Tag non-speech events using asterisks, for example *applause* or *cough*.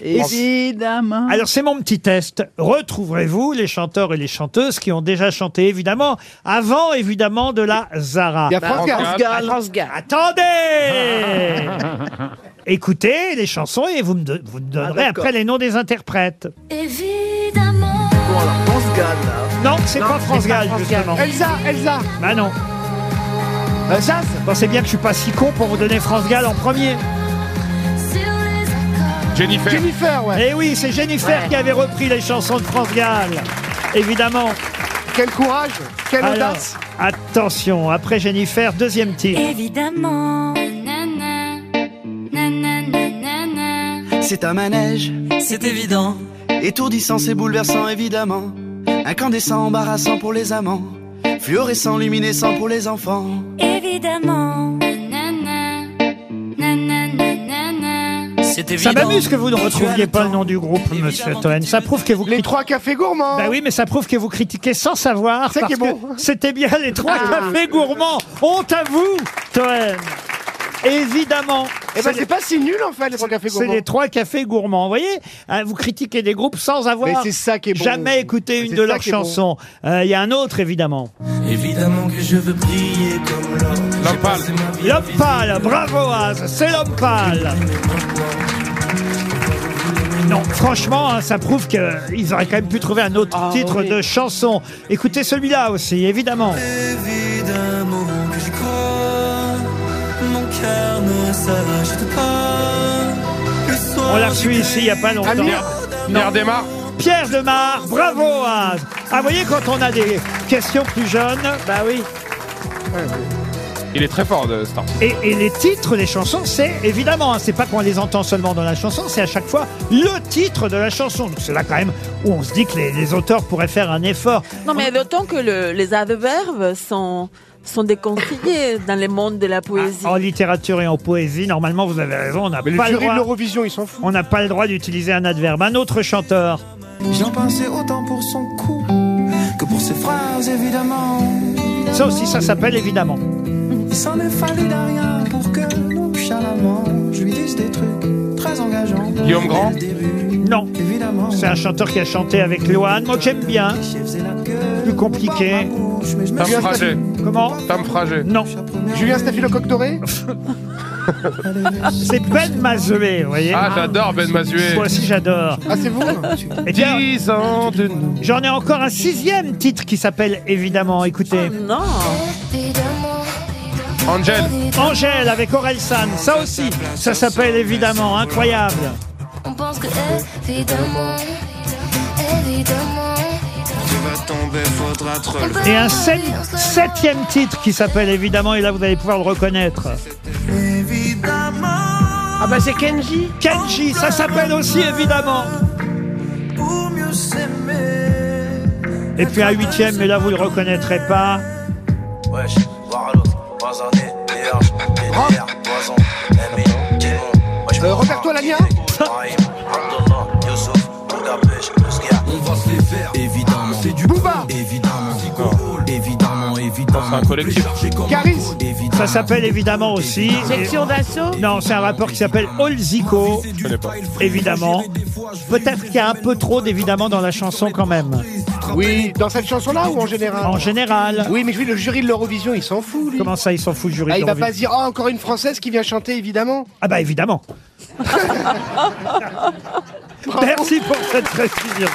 Évidemment. Ah. Alors c'est mon petit test. Retrouverez-vous les chanteurs et les chanteuses qui ont déjà chanté évidemment avant évidemment de la Zara. Il y a France Gall. bah, Ah, France Gall. Att- Attendez. Écoutez les chansons et vous me, don- vous me donnerez d'accord. après les noms des interprètes. Évidemment. Bon, alors, France Gall, là. Non, c'est pas France Gall justement. Elsa, Elsa. Bah non. Euh, Zaz. Pensez bien que je suis pas si con pour vous donner France Gall en premier. Sur les accords. Jennifer. Jennifer, ouais. Eh oui, c'est Jennifer Ouais. qui avait repris les chansons de France Gall. Évidemment. Quel courage, quelle Alors, audace. attention, après Jennifer, deuxième titre. Évidemment. Nanana. Nanana. nanana. C'est un manège, C'est évident, étourdissant, c'est bouleversant évidemment. Incandescent, embarrassant pour les amants. Fluorescent, luminescent pour les enfants. Évidemment. Nanana. Nanana. nanana. c'est Ça évident. m'amuse que vous ne Tu as retrouviez le pas le temps. nom du groupe, Évidemment monsieur que Toen. tu Ça veux. prouve que vous Les critiquez. trois cafés gourmands. Bah oui, mais ça prouve que vous critiquez sans savoir. C'est ça qui parce est Ah. que bon. C'était bien les trois cafés gourmands. Honte à vous, Toen. Évidemment. Eh ben, C'est c'est pas si nul, en fait, les trois cafés c'est gourmands. les trois cafés gourmands. Vous voyez, hein, vous critiquez des groupes sans Mais avoir c'est ça qui est bon. jamais écouté une C'est de ça leurs qui est bon. chansons. Euh, Il y a un autre, évidemment. Évidemment que je veux briller comme l'or. J'ai L'opale. passé ma vie à L'homme pâle, bravo Az, c'est l'homme pâle. Non, franchement, hein, ça prouve qu'ils auraient quand même pu trouver un autre titre de chanson. Écoutez celui-là aussi, évidemment. Évidemment que j'y crois, mon cœur ne s'achète pas. Le soir, On l'a reçu ici il n'y a pas longtemps. Amir. Pierre Desmar. Pierre Demar, bravo Az. Ah, vous voyez, quand on a des questions plus jeunes, bah oui. Il est très fort euh, de Star. Et, et les titres des chansons, c'est évidemment, hein, c'est pas qu'on les entend seulement dans la chanson, c'est à chaque fois le titre de la chanson. Donc c'est là quand même où on se dit que les- les auteurs pourraient faire un effort. Non, mais d'autant que le- les adverbes sont, sont déconseillés dans le monde de la poésie. Ah, en littérature et en poésie, normalement, vous avez raison, on n'a Mais pas, le le jury de droit- l'Eurovision, ils s'en foutent. on n'a pas le droit d'utiliser un adverbe. Un autre chanteur. J'en pensais autant pour son coup que pour ses phrases évidemment. Ça aussi, ça s'appelle évidemment. Il s'en est fallu de rien pour que nonchalamment je lui dise des trucs très engageants. Guillaume Grand Dès le début, Non. évidemment. C'est un chanteur qui a chanté avec Loane. Moi, que j'aime bien. Plus compliqué. Tom Julien Fragé. Comment Tom Fragé. Non. Julien Staphylocoque Doré C'est Ben Mazoué, vous voyez. Ah, j'adore Ben Mazué. Moi aussi, j'adore. Ah, c'est vous Et bien, 10 ans de nous. j'en ai encore un sixième titre qui s'appelle évidemment. Écoutez. Non, Évidemment. Angel. Angèle avec Aurel San. Ça aussi, ça s'appelle évidemment. Incroyable. On pense que évidemment. Évidemment. Tu vas tomber, faudra te on peut Et un pas sept- aller, on se septième titre qui s'appelle évidemment, et là vous allez pouvoir le reconnaître. Ah, bah, c'est Kenji. Kenji, ça s'appelle aussi évidemment. Et puis un huitième, mais là vous le reconnaîtrez pas. Wesh, voir à l'autre, pas un nez, meilleur, meilleur, poison, aimé, démon. Wesh, Euh, Roberto Alagna Brahim, Abdullah, Youssouf, Bougapesh, Muskia. On va se les faire, évidemment, c'est du Booba évidemment, évidemment, évidemment. C'est un collectif. Caris Évidemment. Ça s'appelle évidemment aussi. Section d'assaut Non, c'est un rapport qui s'appelle Olzico, Je connais pas. évidemment. Peut-être qu'il y a un peu trop d'évidemment dans la chanson quand même. Oui, dans cette chanson-là ou en général En général. Oui, mais je dis, le jury de l'Eurovision, il s'en fout, lui. Comment ça, ils s'en foutent le jury Ah, il de va l'Eurovision pas se dire, ah, encore une Française qui vient chanter, évidemment. Ah bah évidemment. *laughs* Merci pour cette précision.